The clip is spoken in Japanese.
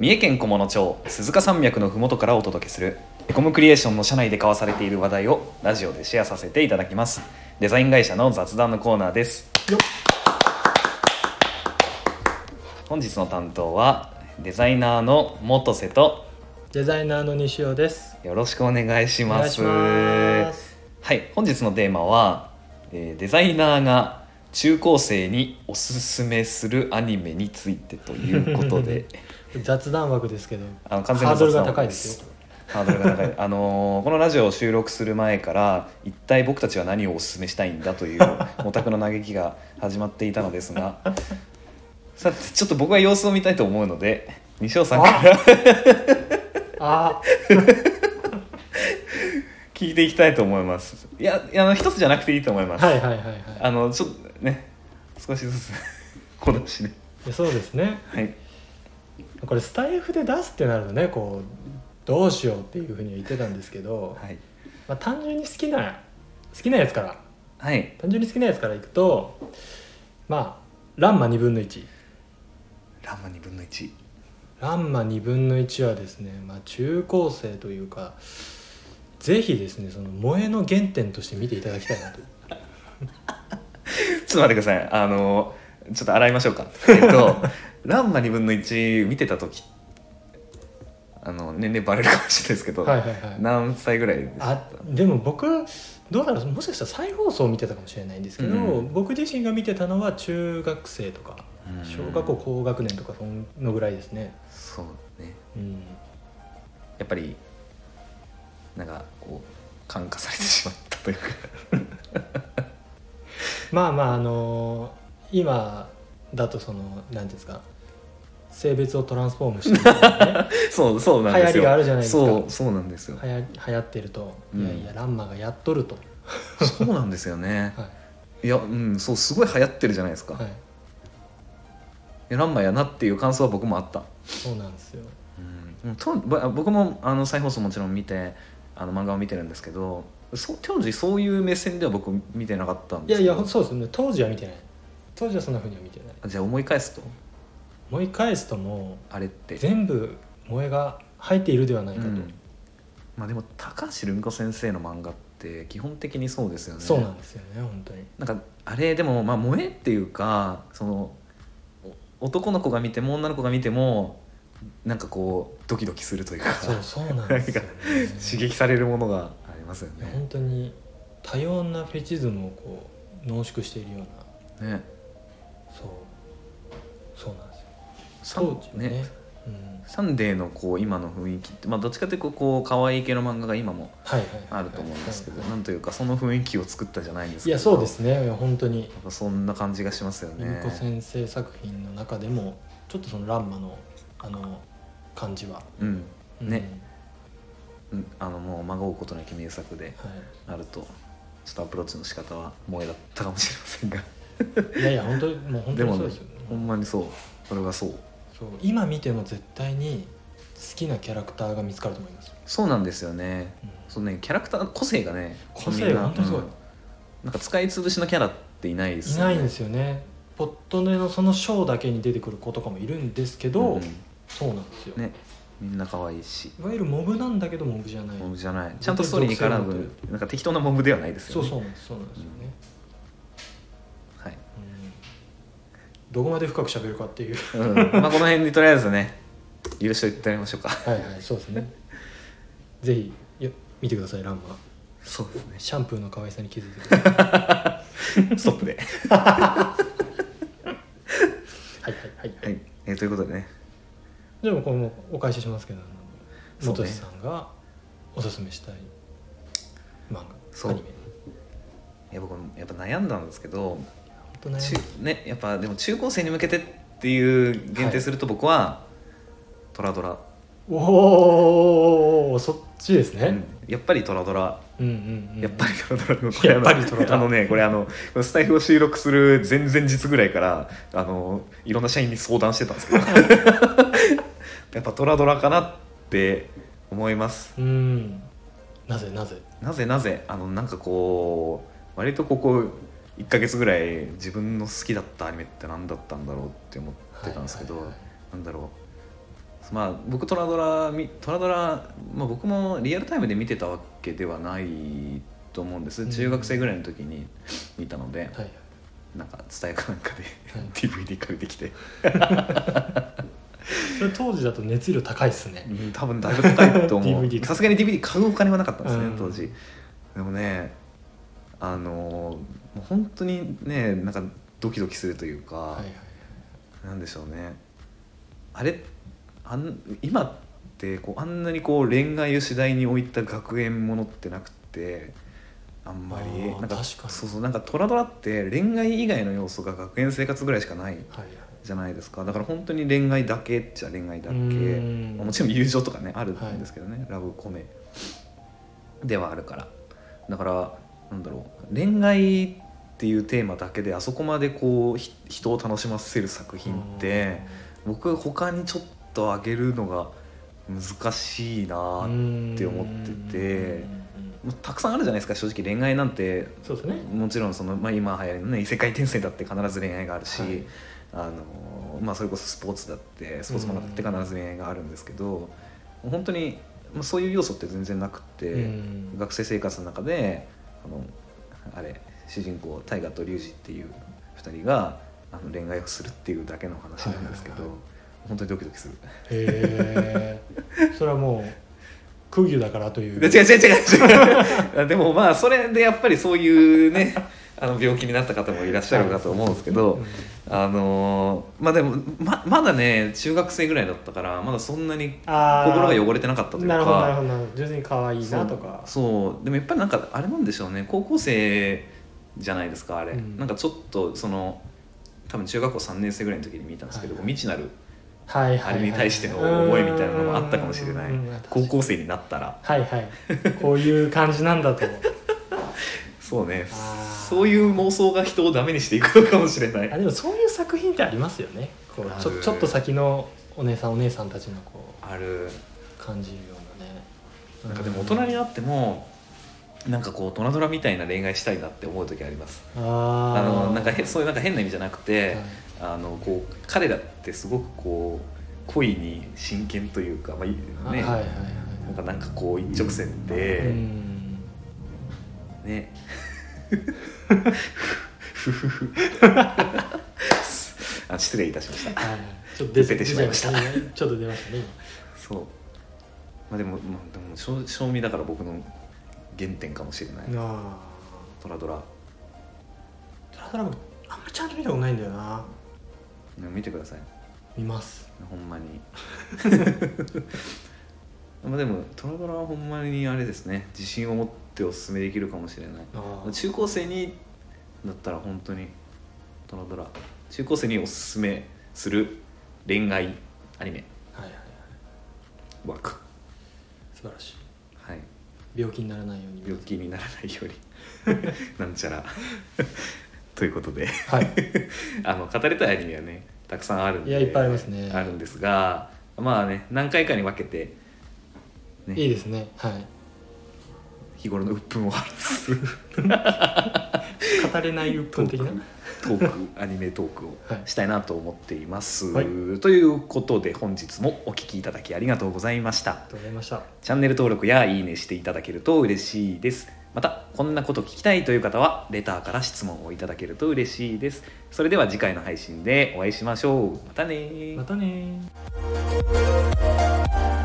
三重県菰野町鈴鹿山脈のふもとからお届けするエコムクリエーションの社内で交わされている話題をラジオでシェアさせていただきますデザイン会社の雑談のコーナーですよっ本日の担当はデザイナーの元瀬とデザイナーの西尾です。よろしくお願いしおますす。はい本日のテーマは、えーデザイナーが中高生におすすめするアニメについてということで雑談枠ですけど、あのハ完全なードル雑が談高いですよ。ハードルが高 いあのーこのラジオを収録する前から一体僕たちは何をおすすめしたいんだ というオタクの嘆きが始まっていたのですがさてちょっと僕は様子を見たいと思うので西尾さんからあ、 聞いていきたいと思いますいやあの一つじゃなくていいと思います、はいはいはいはあのちょっとね少しずつ 小出しでい。そうですね。はいこれスタイフで出すってなるとね、こうどうしようっていうふうには言ってたんですけど、はい、まあ単純に好きな好きなやつから、はい、単純に好きなやつからいくと、まあランマ二分の一。ランマ2分の1ランマ2分の1はですね、まあ、中高生というかぜひですねその萌えの原点として見ていただきたいなとちょっと待ってくださいあのちょっと洗いましょうかえっ とランマ2分の1見てた時あの年齢バレるかもしれないですけど、はいはいはい何歳ぐらいでしたあでも僕どうだろうもしかしたら再放送を見てたかもしれないんですけど、うんうん僕自身が見てたのは中学生とかうん小学校高学年とかそのぐらいですね、そうねうん、やっぱりなんかこう感化されてしまったというか まあまああのー今だとその何ていうんですか性別をトランスフォームしてるとかねそうそうなんですよ流行りがあるじゃないですかそうそうなんですよ はや流行ってると、うんいやいやランマがやっとると、そうなんですよねはいやうんそうすごい流行ってるじゃないですいか、はい、いやランマやなっていう感想は僕もあったそうなんですようん、とぼ僕もあの再放送もちろん見てあの漫画を見てるんですけどそう当時そういう目線では僕見てなかったんいでやすいけどやそうですね当時は見てない当時はそんなふうには見てないあじゃあ思い返すと思い返すともあれってう全部萌えが入っているではないかと、うんまあ、でも高橋留美子先生の漫画って基本的にそうですよねそうなんですよね本当になんかあれでもまあ萌えっていうかそのお男の子が見ても女の子が見てもなんかこうドキドキするというかそうそうなんですよ、ね、刺 激されるものがありますよいやね本当に多様なフェチズムをこう濃縮しているようなねそうそうなんですよ当時はねうん、サンデーのこう今の雰囲気って、まあ、どっちかというとこう可愛い系の漫画が今もはいはいはいあると思うんですけど、はいなんというかその雰囲気を作ったじゃないですいかやそうですね本当にやっぱそんな感じがしますよ由美ね子先生作品の中でもちょっとその「ランマの」あの感じは、うん、うんねうん、あのもう孫うことなき名作ではあるとちょっとアプローチの仕方は萌えだったかもしれま せんがい、いやいや本当にもう本で当も、にそうでねすよ、ほんまにそうそれはそうそう今見ても絶対に好きなキャラクターが見つかると思います、そうなんですよねうんそうねキャラクター個性がね個性が本当にすごい、みんなうんなんか使い潰しのキャラっていないですいよねないんですよねポットネのそのショーだけに出てくる子とかもいるんですけど、うんそうなんですよ、ねみんな可愛いしいわゆるモブなんだけどモブじゃない、モブじゃないちゃんとストーリーに絡本当に属性を持っむなんか適当なモブではないですよそうねそうなんですそうなんですよね、はいうんどこまで深く喋るかっていううんまあこの辺にとりあえずね許しておいてもらいましょうかはいはいそうで すねぜひよ見てくださいランマそうですねシャンプーの可愛さに気づいてください ストップではいはいはいはいはい、えーということでねでもこれもお返ししますけどあのそうね元志さんがおすすめしたい漫そ画うアニメいや僕もやっぱ悩んだんですけど本当ね中ねやっぱでも中高生に向けてっていう限定すると僕は、トラドラ、おおーそっちですうねん、やっぱりトラドラうんうんうんやっぱりトラドラやっぱりトラドラあのねこれあのスタイフを収録する前々日ぐらいからあのいろんな社員に相談してたんです けどやっぱトラドラかなって思いますうんなぜなぜなぜなぜあのなんかこう割とここ1ヶ月ぐらい自分の好きだったアニメって何だったんだろうって思ってたんですけど、はいはいはいなんだろうまあ、僕トラドラみトラドラ、まあ、僕もリアルタイムで見てたわけではないと思うんです、うん中学生ぐらいの時に見たので、はいはいなんか伝えかなんかで、はい DVD 借りてきてそれ当時だと熱量高いっすねうん多分だいぶ高いと思 DVD うさすがに DVD 買うお金はなかったんですね、うん当時でもねあのーもう本当にねなんかドキドキするというか、はいはいなんでしょうねあれあん今ってこうあんなにこう恋愛を主題に置いた学園ものってなくてあんまりあーなんか確かにそうそうなんかトラドラって恋愛以外の要素が学園生活ぐらいしかないはいじゃないですかだから本当に恋愛だけっちゃ恋愛だけ。はいうんまあもちろん友情とかねあるんですけどね、ラブコメではあるからだからなんだろう恋愛っていうテーマだけであそこまでこうひ人を楽しませる作品って僕他にちょっとあげるのが難しいなうもんって思っててうんうたくさんあるじゃないですか正直恋愛なんてそうですねもちろんその、まあ、今流行りのね異世界転生だって必ず恋愛があるし、はいあのまあ、それこそスポーツだってスポーツマンだって必ず恋愛があるんですけど、本当に、まあ、そういう要素って全然なくて、うん学生生活の中であのあれ主人公大河と龍二っていう2人があの恋愛をするっていうだけの話なんですけど、はいはいは本当にドキドキする。へえそれはもう空牛だからとい う違う違う違う違 うでもまあそれでやっぱりそういうねあの病気になった方もいらっしゃるかと思うんですけど、うんあのーまあでもままだね中学生ぐらいだったからまだそんなにあー心が汚れてなかったというなるほどなるかほどなるほど純粋に可愛いなとかそうでもやっぱりなんかあれなんでしょうね高校生じゃないですかあれ、うんなんかちょっとその多分中学校3年生ぐらいの時に見たんですけど、はい未知なるはいあはいはいれに対しての思いみたいなのもあったかもしれないうんうんうん高校生になったらはいはいこういう感じなんだとそうねあーそういう妄想が人をダメにしていくのかもしれないあでもそういう作品ってありますよねこうちあょるちょっと先のお姉さんお姉さんたちのこあるう感じるようなねなんかでも大人になってもなんかこうドラドラみたいな恋愛したいなって思う時ありますああーのなんかへそういうなんか変な意味じゃなくて、はいあのこう彼らってすごくこう恋に真剣というか、まあいねはいはいはいなんかなんかこう一直線で、うんね ふふふあ失礼いたしましたはいちょっと出出てしまいました出ちゃねちょっと出ましたね今そうまあでも,、まあ、でも正正味だから僕の原点かもしれない、あトラドラトラドラもあんまりちゃんと見たことないんだよなね見てください見ますほんまに まあでもトラドラはほんまにあれですね自信を持っておすすめできるかもしれないあー中高生にだったら本当にトラドラ中高生におすすめする恋愛アニメはいはいはい枠素晴らしいはい病気にならないように病気にならないように なんちゃら ということではいあの語りたいアニメはねたくさんあるんでいやいっぱいありますねあるんですがまあね何回かに分けて、ね、いいですねはい日頃の鬱憤を晴らす語れない鬱憤的なトークアニメトークをはいしたいなと思っています、はいということで本日もお聞きいただきありがとうございましたありがとうございました。チャンネル登録やいいねしていただけると嬉しいですまたこんなこと聞きたいという方はレターから質問をいただけると嬉しいですそれでは次回の配信でお会いしましょうまたねーまたねー